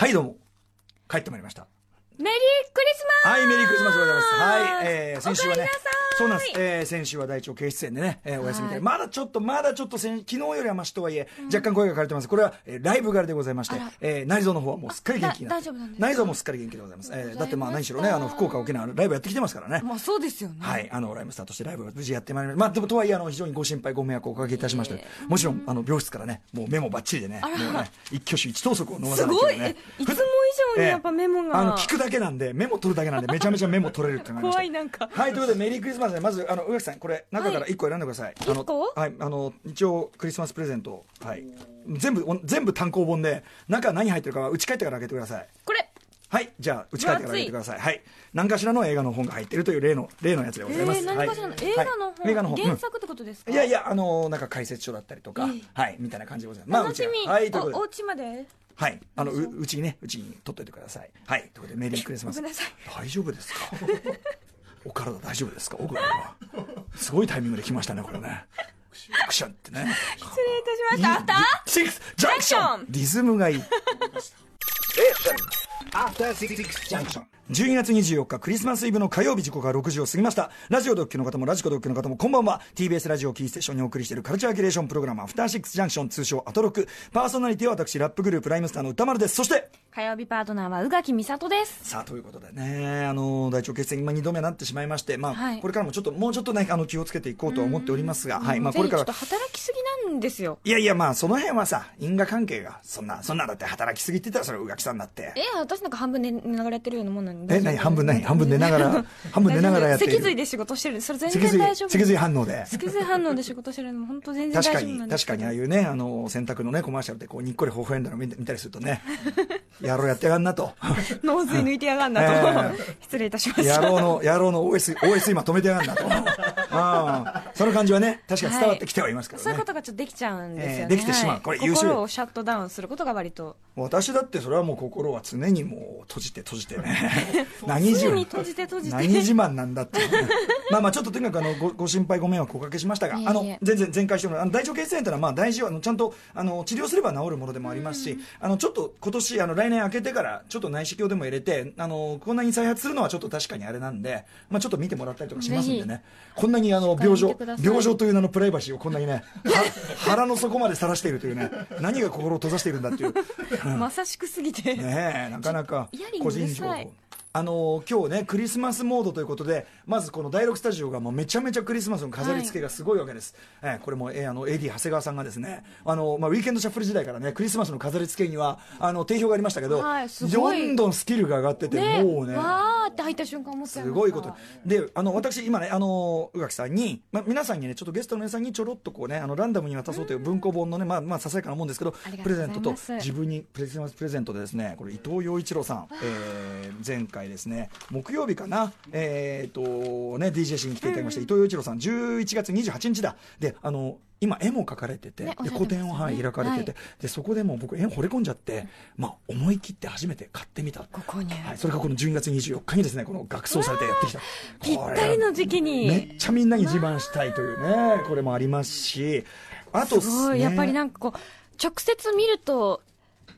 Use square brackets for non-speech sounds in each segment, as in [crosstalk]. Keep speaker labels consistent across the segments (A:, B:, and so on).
A: はい、どうも。帰ってまいりました。
B: メリークリスマス
A: はい、メリークリスマスでございます。はい、えー、先週は
B: お
A: ね
B: かえりなさい、
A: そうなんです。えー、先週は大腸憩室炎でね、えー、お休みで、
B: はい
A: まだちょっと、まだちょっと先、昨日よりはマシとはいえ、若干声が枯れてます。これは、えーライブ柄でございまして
B: あら、
A: えー、内臓の方はもうすっかり元気になって。
B: だ大丈夫なんですか
A: 内臓もすっかり元気でございます。
B: あり
A: え
B: がと
A: ー、だ
B: うご
A: っ
B: ざ
A: て
B: いました
A: まあ、何しろね、あの、福岡、沖縄、ライブやってきてますからね。
B: まあそうですよね。
A: はい、あのライムスターとしてライブは無事やってまいりました、まあ、でもとはいえあの非常にご心配、ご迷惑をおかけいたしました、もちろんあの病室からね、もうメモばっちりでね、も
B: あら
A: うね一挙手一投足を逃
B: す
A: さない
B: ご
A: と
B: い、
A: いう
B: え
A: ね、
B: いつも以上にやっぱメモ
A: ええあ
B: が。
A: の聞くだけなんで、メモ取るだけなんで、めちゃめちゃメモ取れるってなりました
B: 怖いなんか
A: はいということで、メリークリスマスで、まずあの宇垣さん、これ、中から
B: はい
A: 1個選んでください、あの
B: 一個
A: はい、あの一応、クリスマスプレゼント、はい、全部、お全部単行本で、中何入ってるかは、家帰ってから開けてください。
B: これ、
A: はい、じゃあ、打ち返ってから言ってください。はい。何かしらの映画の本が入ってるという例の、例のやつでご
B: え
A: ざいます。
B: ー、何かしらの、
A: はい
B: 映画の本,、
A: はい映画の本。
B: 原作ってことです
A: う
B: か、
A: んいやいや、あのーなんか解説書だったりとか、
B: ええ
A: はい、みたいな感じでございます。まあ、
B: 楽しみ、
A: うちははい、という
B: おお
A: ことで、
B: 家まで
A: はい、あの、ううちにね、うちに取っといてください。はい、ということで、メリークリスマス。
B: ごめんなさい
A: 大丈夫ですか [laughs] お体大丈夫ですか奥は。すごいタイミングで来ましたね、これね。クシャンってね。
B: 失礼いたしました。アフター
A: シックスジャンクションリズムがいい12月24日クリスマスイブの火曜日時刻は6時を過ぎましたラジオ読ッの方もラジコ読ッの方もこんばんは TBS ラジオキーステーションにお送りしているカルチャーキュレーションプログラム「アフターシックスジャンクション」通称アトロクパーソナリティは私ラップグループライムスターの歌丸ですそして
B: 火曜日パートナーは宇垣美里です。
A: さあということでね、あの大腸血栓、今、2度目になってしまいまして、まあ
B: はい
A: これからもちょっともうちょっとね、あの気をつけていこうとは思っておりますが、はいまあ、
B: ぜ
A: これ
B: ひち
A: か
B: ょっ
A: ら
B: と働きすぎなんですよ。
A: いやいや、まあ、その辺はさ、因果関係が、そんな、そんなだって働きすぎてたら、それ、宇垣さんだって
B: え。ー、私なんか半分寝ながらやってるようなもんなんで。
A: え、何半分何半分寝なが
B: [laughs]
A: ら、半分寝ながらやっている。
B: 脊髄で仕事してる。それ全
A: 脊
B: 然大丈
A: 髄、脊
B: 夫。
A: 髄反応で。
B: 脊髄反応で仕事してるのも本当全然
A: 確
B: 大
A: か
B: 丈夫な
A: に、
B: んで
A: 確
B: す
A: か
B: けど
A: に、ああいうね、あの、洗濯のね、コマーシャルで、こう、にっこり微笑んだの見て見たりすると
B: [laughs]
A: ね、野郎やってやがんなと。 [laughs]
B: 脳髄抜いてやがんなと、失礼いたしました
A: 野郎の、野郎の OS、OS 今止めてやがんな
B: [laughs]
A: と。ああ、その感じはね、確かに伝わってきてはいますけど
B: そういう
A: ね
B: こ。とがちょっとできちゃうんですよね、
A: えーできてしまう
B: はい
A: これ優秀
B: 心をシャットダウンすることが割と
A: 私だって、それはもう心は常にもう、閉じて閉じて
B: [laughs]
A: ね。何時
B: 常に閉じて閉じて
A: 何自慢なんだっていう
B: [laughs]
A: ね、まあまあちょっととにかくあのごご心配ご迷惑をおかけしましたが
B: いえいえ
A: あの全然全開してもらうあの大腸血栓というのはまあ大事はあのちゃんとあの治療すれば治るものでもありますし、あのちょっと今年あの来年明けてからちょっと内視鏡でも入れてあのこんなに再発するのはちょっと確かにあれなんで、まあ、ちょっと見てもらったりとかしますんでねこんなにあの
B: しっかり
A: 病
B: 見て
A: 状
B: ください
A: 病状という名のプライバシーをこんなにねは腹の底まで晒しているというね何が心を閉ざしているんだっていう。
B: まさしくすぎて、
A: ねえなかなか
B: イヤリン
A: 個
B: グう
A: 人
B: る
A: 情
B: さい
A: 報あのー今日ねクリスマスモードということでまずこの第6スタジオがもうめちゃめちゃクリスマスの飾り付けがすごいわけです、えーこれも、えーあの AD 長谷川さんがですねあの、まあ、ウィーケンドシャッフル時代からねクリスマスの飾り付けにはあの定評がありましたけど、
B: はいす
A: ど
B: ごい
A: んどんスキルが上がってて、
B: ね
A: もうね
B: わーって入った瞬間思っちゃ
A: す
B: いました
A: ごいことであの私今ねあの宇垣さんに、まあ、皆さんにねちょっとゲストの皆さんにちょろっとこうねあのランダムに渡そうという文庫本のね、まあまあささやかなもんですけど
B: ありが
A: プ
B: とう
A: レゼ
B: ござい
A: ン
B: ます
A: トと自分にプレゼントプレゼントでですねこれ伊藤洋一郎さん、えー前回ですね木曜日かなえー、とね DJ シに来ていただきました、伊藤洋一郎さん11月28日だであの今絵も描かれてて、
B: ねおっ
A: で
B: しゃっ
A: 個
B: てました
A: 展
B: ね
A: を、はい、開かれてて、
B: は
A: でそこでもう僕絵を惚れ込んじゃって、まあ思い切って初めて買ってみた
B: ご購入、
A: はい、それがこの12月24日にですね、この学装されてやってきた。
B: ぴったりの時期
A: こ
B: に、
A: れはめっちゃみんなに自慢したいというね、これもありますし、あとっ
B: すごい、
A: ね
B: やっぱりなんかこう直接見ると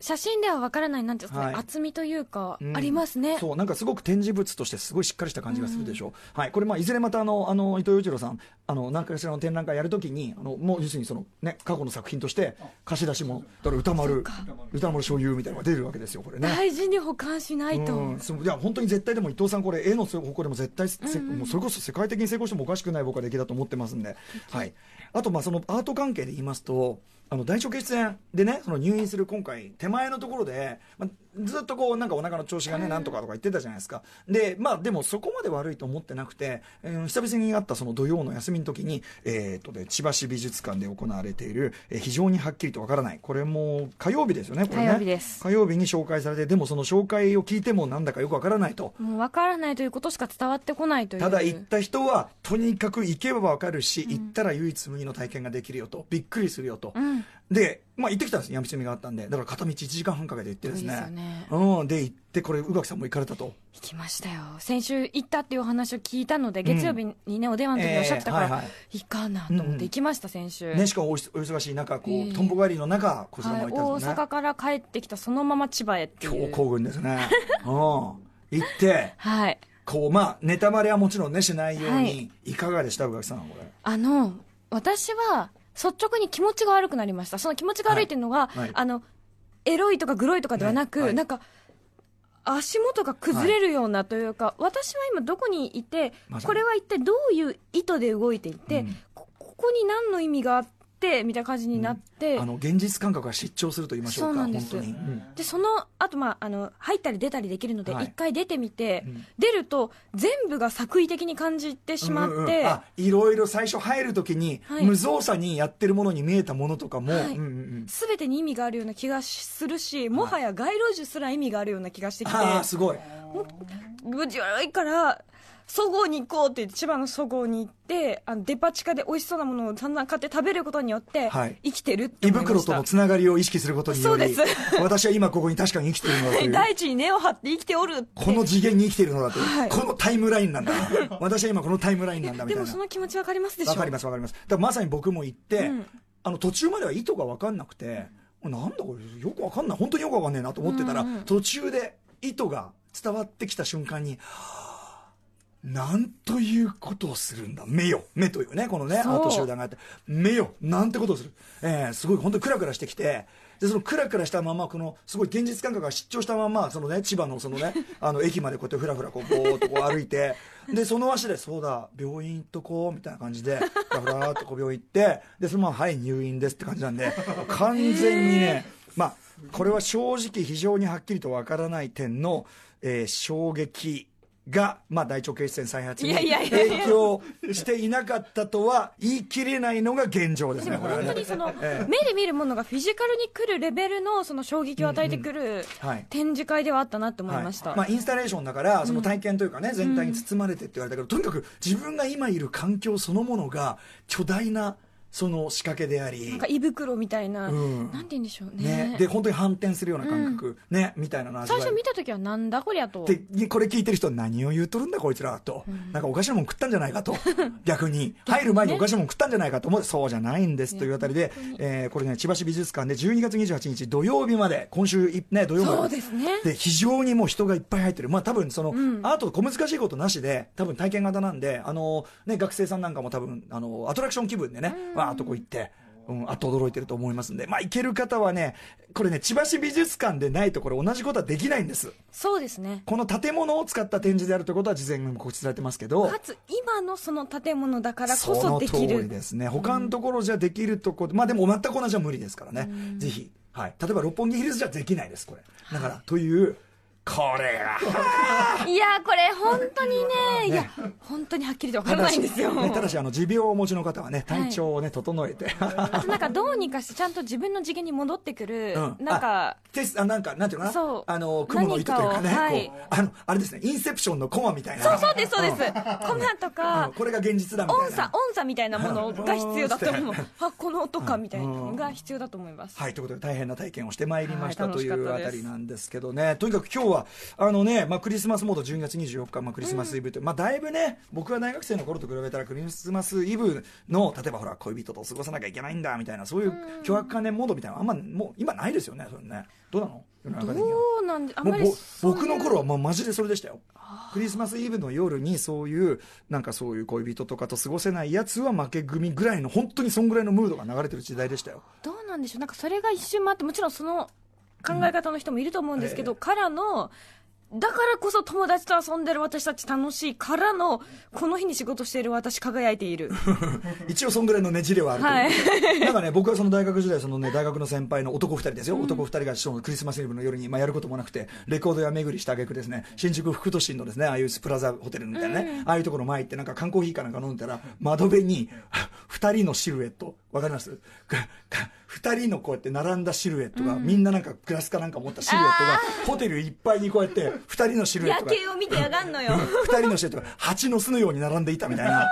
B: 写真ではわからないなんていうんですかね、
A: はい
B: 厚みというか、
A: うん
B: ありますね
A: そうなんかすごく展示物としてすごいしっかりした感じがするでしょう、はい、これ、まあ、いずれまたあのあの伊藤洋一郎さんあの何かしらの展覧会やるときにあのもう要するにその、ね、過去の作品として貸し出しもだから歌丸歌丸所有みたいなのが出るわけですよこれね。
B: 大事に保管しないと、
A: うん、そういや本当に絶対でも伊藤さんこれ絵の方向でも絶対せ、もうそれこそ世界的に成功してもおかしくない僕は出来だと思ってますんで、はい、あとまあそのアート関係で言いますとあの大腸血炎でねその入院する今回手前のところで、まあ、ずっとこうなんかお腹の調子がねなんとかとか言ってたじゃないですかでまあでもそこまで悪いと思ってなくて、えー久々に会ったその土曜の休みの時に、えーとで千葉市美術館で行われている、えー非常にはっきりとわからないこれも火曜日ですよねこれね
B: 火曜日です
A: 火曜日に紹介されてでもその紹介を聞いてもなんだかよくわからないと
B: もうわからないということしか伝わってこないという
A: ただ行った人はとにかく行けばわかるし、行ったら唯一無二の体験ができるよとびっくりするよと、
B: うん
A: で、まあ、行ってきたんです闇市みがあったんでだから片道1時間半かけて行ってですね
B: 遠いですよね
A: うん、で行ってこれ宇垣さんも行かれたと
B: 行きましたよ先週行ったっていうお話を聞いたので月曜日にねお電話の時におっしゃってた
A: ええ
B: か
A: はい
B: ら
A: はい
B: 行かなと思って行きました先週
A: ね、しかもおいしお忙しい中こう、
B: ええ
A: とんぼ帰りの中こちらも
B: はい
A: 行っ
B: 大
A: たんですね、
B: 阪から帰ってきたそのまま千葉へって
A: 強
B: いう
A: 行軍ですね、うん、行って
B: はい
A: こうまあネタバレはもちろんねしないように、、
B: [laughs] はい
A: かがでした宇垣さんこれ
B: あの私は率直に気持ちが悪くなりましたその気持ちが悪いっていうのが、
A: はいはい
B: あのエロいとかグロいとかではなく、
A: ねはい
B: なんか足元が崩れるようなというか、私は今どこにいて
A: まさに
B: これは一体どういう意図で動いていて、
A: うん
B: こここに何の意味があってみたいな感じになって、
A: あの現実感覚が失調すると言いましょう
B: そう
A: か
B: なんで
A: 本
B: す
A: 当に、うん
B: でその後、まああの入ったり出たりできるので、一
A: はい
B: 回出てみて、
A: うん
B: 出ると全部が作為的に感じてしまって、
A: うんうんうんあいろいろ最初入るときに、
B: はい
A: 無造作にやってるものに見えたものとかも、
B: はい
A: うんうんうん
B: 全てに意味があるような気がするしもはや街路樹すら意味があるような気がしてきて
A: ああすごい
B: 無事悪いからそごうに行こうって言って千葉のそごうに行ってあのデパ地下で美味しそうなものを散々買って食べることによって、
A: はい
B: 生きてるって
A: 胃
B: 思いま
A: 袋
B: し
A: と
B: た
A: のつながりを意識することにより
B: そうです
A: 私は今ここに確かに生きているのだという
B: [laughs] 大地に根を張って生きておるって
A: この次元に生きているのだという、
B: はい
A: このタイムライン
B: [laughs]
A: なんだ私は今このタイムラインなんだみ
B: で
A: たい
B: も
A: な
B: その気持ちわかりますでしょ
A: わかりますわかりますだからまさに僕も行って、
B: うん
A: あの途中までは意図が分かんなくて、なんだこれよく分かんない本当によく分かんないなと思ってたら、
B: うんうん
A: 途中で意図が伝わってきた瞬間にはぁなんということをするんだ目よ目というねこのねア
B: そう
A: ート集団があって目よなんてことをする、えーすごい本当にクラクラしてきてでそのクラクラしたままこのすごい現実感覚が失調したままそのね千葉のその
B: [laughs]
A: ねあの駅までこうやってふらふらこうぼーっとこう歩いてでその足でそうだ病院行っとこうみたいな感じでふらふらーっとこう病院行ってでそのままはい入院ですって感じなんで完全にねまあこれは正直非常にはっきりとわからない点の、えー衝撃が、まあ、大腸憩室炎再発に
B: いやいや
A: 影
B: いやいや
A: 響していなかったとは言い切れないのが現状です
B: で
A: ね
B: も
A: これは
B: 本当
A: ね
B: にその
A: え
B: 目で見るものがフィジカルに来るレベルのその衝撃を与えてくる
A: はい
B: 展示会ではあったなって思いました、
A: はいまあ、インスタレーションだからその体験というかね、全体に包まれてって言われたけど、とにかく自分が今いる環境そのものが巨大なその仕掛けであり
B: なんか胃袋みたいな、
A: うん
B: なんて言うんでしょうね
A: ね、で本当に反転するような感覚、ねみたいなの味わ
B: 最
A: える
B: 初見た時はなんだこりゃと
A: でこれ聞いてる人は何を言うとるんだこいつらと、なんかおかしなもん食ったんじゃないか [laughs] と逆に入る前におかしなもん食ったんじゃないかと思ってそうじゃないんですというあたりで、えーこれね千葉市美術館で12月28日土曜日まで今週い、ね、土曜日ま
B: そうですね
A: で非常にもう人がいっぱい入ってる、まあ、多分その、アート小難しいことなしで多分体験型なんであの、ね、学生さんなんかも多分あのアトラクション気分でね、わーっとこ行って。うん、あと驚いてると思いますんで、まあ、行ける方はね、これね、千葉市美術館でないと、これ、同じことはできないんです。
B: そうですね
A: この建物を使った展示であるということは事前にも告知されてますけど
B: か、つ今のその建物だからこ
A: その
B: そで
A: 通
B: き
A: り
B: る
A: ですね、他のところじゃできるとこまあでも全く同じは無理ですからね、ぜひ、はい、例えば六本木ヒルズじゃできないです、これ。だから、という、これが、
B: いやこれ本当にねいや
A: ね
B: 本当にはっきりとわからないんですよ、
A: ねただし、あの持病をお持ちの方はね、体調をね、整えて、
B: あとなんかどうにかしてちゃんと自分の次元に戻ってくる、
A: うん
B: なんか
A: [laughs] テスあなんか、なんていうのか
B: そ
A: な
B: う、
A: あの雲の糸というかね、
B: 何かをはい
A: こうあの、あれですね、インセプションのコマみたいな、
B: そうそうですそうです、
A: ん
B: コマと
A: う
B: か
A: ん、これが現実だみた
B: 音
A: いな
B: 差。音差みたいなものが必要だと思うあこの音かみたいなのが必要だと思います、
A: はい、ということで大変な体験をしてまいりました、
B: はい
A: というあ
B: 楽しかった
A: た
B: です
A: りなんですけどね、とにかく今日は、あのね、まあ、クリスマスモード12月24日、まあ、クリスマスイブという、まあ、だいぶね、僕が大学生の頃と比べたら、クリスマスイブの、例えばほら、恋人と過ごさなきゃいけないんだみたいな、そういう巨悪観念モードみたいなのあんまもう今ないですよね、それね。どうなの世の中的には
B: どうなんであん
A: も
B: ま
A: う
B: り
A: ぼ
B: そういう
A: 僕の頃はもうマジでそれでしたよクリスマスイブの夜にそういうなんかそういう恋人とかと過ごせないやつは負け組ぐらいの本当にそんぐらいのムードが流れてる時代でしたよ
B: どうなんでしょうなんかそれが一瞬もあってもちろんその考え方の人もいると思うんですけど、からのだからこそ友達と遊んでる私たち楽しいからのこの日に仕事している私輝いて
A: [laughs]
B: いる
A: 一応そんぐらいのねじれはあるという、 [laughs] なんかね僕はその大学時代そのね大学の先輩の男2人ですよ、男2人がそのクリスマスイブの夜に、まあ、やることもなくてレコード屋巡りした挙句ですね新宿副都心のですねああいうプラザホテルみたいなね、ああいうところ前行ってなんか缶コーヒーかなんか飲んでたら窓辺に2 [laughs] 人のシルエットわかりますかか二人のこうやって並んだシルエットが、みんななんかグラスかなんか持ったシルエットがホテルいっぱいにこうやって2人のシルエッ
B: 夜
A: トが
B: 景を見てやがんのよ
A: 二人のシルエットが蜂の巣のように並んでいたみたいな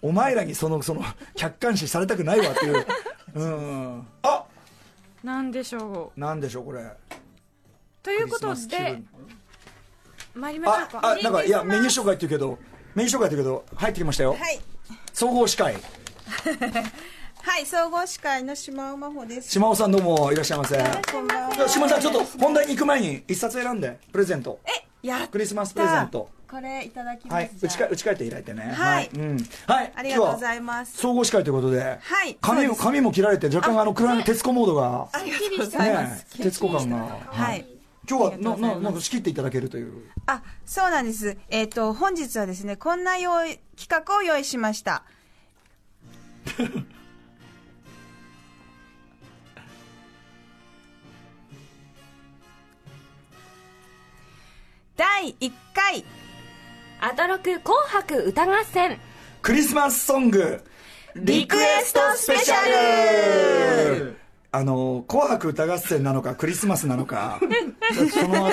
A: お前らにそのその客観視されたくないわっていううんあ
B: [laughs] なんでしょう
A: なんでしょうこれ
B: ということ
A: クリスマス気
B: で
A: 分
B: 参りましょう
A: あ
B: か
A: あなんかいやメニュー紹介って言うけどメニュー紹介って言うけど入ってきましたよ、
C: はい
A: 総合司会
C: はい総合司会の島尾真帆です
A: 島尾さんどうもいらっしゃいませ
C: こんばんは
A: 島尾さんちょっと本題に行く前に一冊選んでプレゼント
C: えやった
A: クリスマスプレゼント
C: これいただきま
A: はい
C: した
A: 打ちか打ち返って開いてね
C: はい
A: うんはい
C: ありがとうござい
A: 今日は
C: ます
A: 総合司会ということで
C: はい
A: 髪
C: そう
A: も
C: です
A: 髪も切られて若干あの暗闇徹子モードが
C: ありがとうございます、
A: ね徹子感がは
C: はい
A: い今日
C: あ
A: は
C: りがと
A: な
C: うございます
A: ななんか仕切っていただけるという
C: あそうなんですえっ、と本日はですねこんな用意企画を用意しました第1回
B: アトロク紅白歌合戦
A: クリスマスソングリ
C: クエストスペシャ
A: ルあの「紅白歌合戦」なのかクリスマスなのかその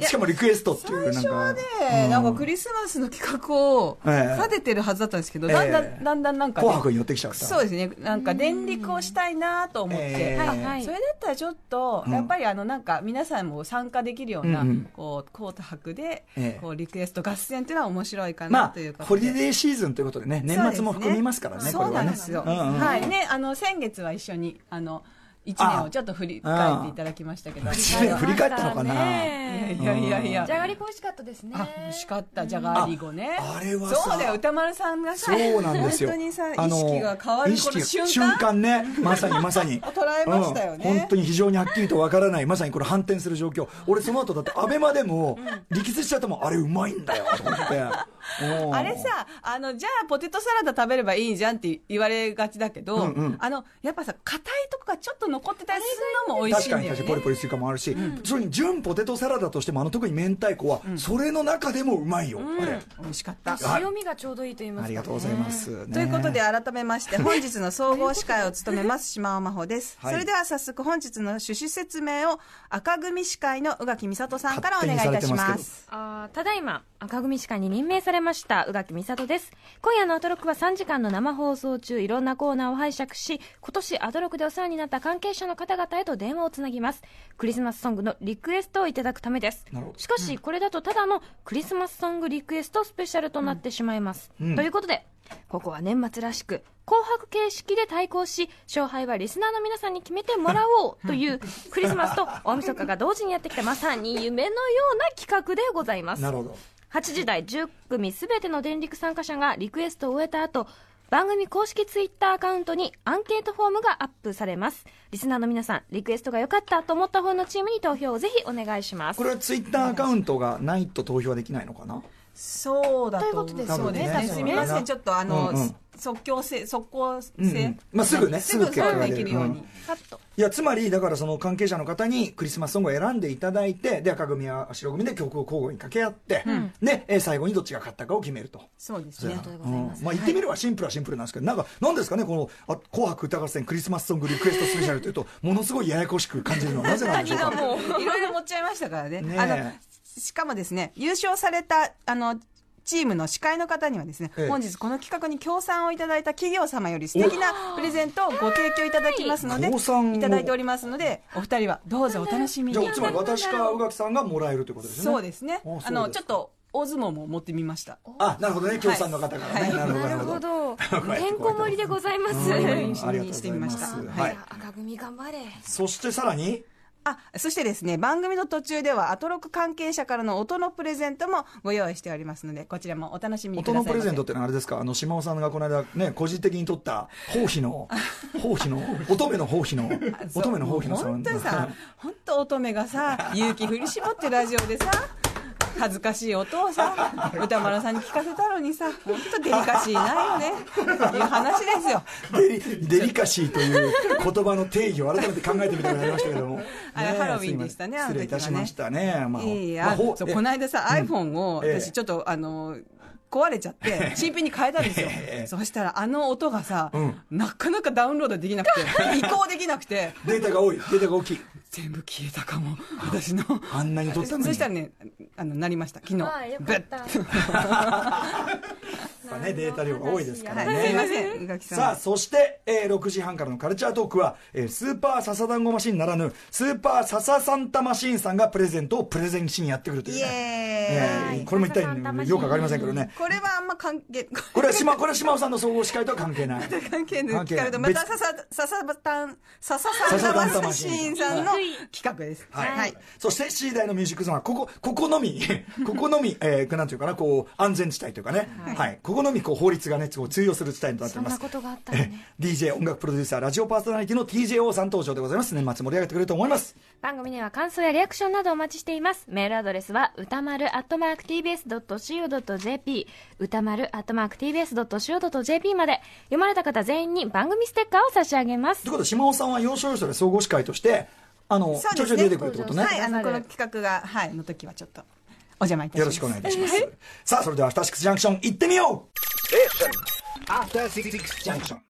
A: しかもリクエストっていうなんか
D: で、なんかクリスマスの企画を
A: ええ
D: 立ててるはずだったんですけど、
A: ええ
D: だんだん、だんだんなんかね、
A: 紅白に寄ってきちゃった
D: そうですね、なんか電力をしたいなと思って、
A: ええ
D: あ
B: はいはい
D: それだったらちょっと、
A: うん
D: やっぱりあのなんか皆さんも参加できるような、
A: うんうん
D: こう、紅白で、
A: ええ
D: こう、リクエスト合戦っていうのは面白いか
A: ま
D: な
A: あ
D: ということ
A: ホ
D: で。
A: リデーシーズンということでね年末も含みますからねこ
D: そ
A: れ
D: うな
A: は
D: ん
A: ね
D: ですよ。
A: うんうんうん
D: はい。ね、あの、先月は一緒に、あの、一年をちょっと振り返っていただきましたけど。
A: 一年振り返ったのかな、
D: いやいやいやい
E: じゃ
D: や。
E: がりこ美味しかったですね。
D: あ、美味しかった、じゃがりごね。
A: あれはさ
D: そうだよ、歌丸さんがさ、
A: そうなんですよ
D: 本当にさ、意
A: あの
D: 識が変わる
A: 意
D: こ
A: 識
D: の瞬間。
A: ねまさにまさ
D: [laughs]
A: に
D: 捉えましたよね
A: うん本当に非常にはっきりとわからないまさにこれ反転する状況俺その後だってアベマでも力説しちゃってもあれうまいんだよと思ってうん
D: あれさ、あの、じゃあポテトサラダ食べればいいじゃんって言われがちだけど、
A: うんうん
D: あの、やっぱさ、硬いとこがちょっと残ってたりするのも美味し
A: 確
D: いん
A: か
D: だ
A: に確か
D: よ
A: にポリ
D: ね。
A: ポリスイカもあるし、それに純ポテトサラダとしてもあの特に明太子は、それの中でもうまいよ、あれ
D: 美味しかった。
A: はい
B: 塩味がちょうどいいと言います
A: あ
B: か
A: りがとうございます、ね
C: ということで改めまして本日の総合司会を務めます島尾真帆です、
A: はい
C: それでは早速本日の趣旨説明を赤組司会の宇垣美里さんからお願いいたし
A: 勝手にされて
C: ま
A: ますす
B: あーただいま赤組司会に任命されました宇垣美里です今夜のアトロックは3時間の生放送中いろんなコーナーを拝借し今年アトロックでお世話になった関係者の方々へと電話をつなぎますクリスマスソングのリクエストをいただくためです
A: なるほど
B: しかしこれだとただのクリスマスソングリクエストスペシャルとなってしまいます、
A: うん
B: ということでここは年末らしく紅白形式で対抗し勝敗はリスナーの皆さんに決めてもらおうというクリスマスと大晦日が同時にやってきたまさに夢のような企画でございます
A: なるほど
B: 8時台10組すべての電力参加者がリクエストを終えた後番組公式ツイッターアカウントにアンケートフォームがアップされますリスナーの皆さんリクエストが良かったと思った方のチームに投票をぜひお願いします
A: これはツイッターアカウントがないと投票はできないのかな
D: そうだと思う。
E: ということです
A: よね
D: そう
A: 多分ね
D: すみません、ちょっとあの、
A: うんうん
D: 即興性、即効性。
A: うんうんまあすぐね
D: すぐ
A: すぐ結果が出る
D: できるように。
A: うん
B: カット
A: いやつまりだからその関係者の方にクリスマスソングを選んでいただいてで赤組や白組で曲を交互に掛け合って、ねえ最後にどっちが勝ったかを決めると。
D: そうです
A: そうや
D: ね
A: な。うんまあ言ってみればシンプルはシンプルなんですけど、なんか、なんですかね、この、あ紅白歌合戦クリスマスソングリクエストスペシャルというと、ものすごいややこしく感じるのはなぜなんでしょうか。
D: もう、いろいろ持っちゃいましたからね。
A: ねえ
D: あの、しかもですね、優勝された、あの、チームの司会の方にはですね、
A: ええ
D: 本日この企画に協賛をいただいた企業様より素敵なプレゼントをご提供いただきますので、
A: 協賛を
D: いただいておりますので、お二人はどうぞお楽しみ
A: じゃ
D: に
A: あ、。つまり私か宇垣さんがもらえるということですね。
D: そうですね
A: あそうで。す
D: あの、ちょっと、大相撲も持ってみました。
A: あ、なるほどね、協賛の方からね。
B: [laughs]
D: はい
A: なるほど、
B: な
A: な
B: る
A: る
B: ほ
A: ほど。
B: ど
A: い
B: てんこ盛りでございます
A: うんありが
D: い
A: とうございます。
D: してみました
A: はい。
E: 赤組頑張れ。
A: そしてさらに、
D: あ、そしてですね、番組の途中では、アトロク関係者からの音のプレゼントもご用意しておりますので、こちらもお楽しみにく
A: 音
D: ださい
A: の
D: ませ。
A: プレゼントってのはあれですか、あの、島尾さんがこの間ね、個人的に取った、包皮の、包皮の、乙女の包皮の、乙女の包皮の
D: もう本当にさ、本当乙女がさ、勇気振り絞ってラジオでさ、恥ずかしい音をさ、歌丸さんに聞かせたのにさ、本当デリカシーないよね、っていう話ですよ。
A: [laughs] デリデリカシーという言葉の定義を改めて考えてみたくなりましたけども、
D: あれ
A: ねえ
D: ハロウィンでしたね
A: すいません失礼いたしましたね、まあ
D: いい
A: ま
D: や、
A: あほ
D: そう
A: え
D: この間さ、iPhone を
A: ええ
D: 私ちょっと、あの、壊れちゃって、新品に変えたんですよ
A: ええ。
D: そしたら、あの音がさ
A: ん、
D: なかなかダウンロードできなくて、
A: [laughs]
D: 移行できなくて、
A: データが多いデータが大きい
D: 全部消えたかも、私の。
A: あんなに撮ったのに
D: そしたらね、あの、なりました、昨日。
B: ああよかった
D: ブッ
A: ぱ [laughs] ねデータ量が多いですから
D: はい、すいま
A: ね
D: せん、宇垣さん。
A: さあそして、えー6時半からのカルチャートークは、えースーパーササダンゴマシンならぬスーパーサササンタマシンさんがプレゼントをプレゼンしにやってくるという
D: イ
A: ね、
D: エーイ。
A: えーこれも一体よくわかりませんけどね
D: これはあんま関係、こ
A: これは島これは島尾さんの総合司会とは関係ない
D: れ関係ない。
A: 関係ない
D: 聞かれると、また、ささ、ささばたん、さささん
A: 笹
D: た
A: 田
D: ましんさんの企画です。
A: はい
D: はい。
A: そして C 台のミュージックゾーンはここここのみ [laughs] ここのみ、えー、なんていうかなこう安全地帯というかね、はいここのみこう法律がねこう通用する地帯となって
F: そ
A: おり
F: ん
A: ま
F: な
A: す
F: ことがあったらね
A: DJ 音楽プロデューサーラジオパーソナリティの TJO さん登場でございます年末盛り上げてくれると思います
B: 番組では感想やリアクションなどお待ちしていますメールアドレスは歌丸 atmarktbs.co.jp 歌丸 atmarktbs.co.jp まで読まれた方全員に番組ステッカーを差し上げます
A: ということで島尾さんは要所要所で総合司会としてあの、
D: そう
A: ちょ
D: で
A: いちょい
D: すね。
A: 出てくるってことね、
D: はい、あの、この企画が、はい、の時はちょっと、お邪魔いたしま
A: よろし
D: す。
A: くお願いいたします、さあそれでは「アフターシックスジャンクション」行ってみよう
G: After Six Junction.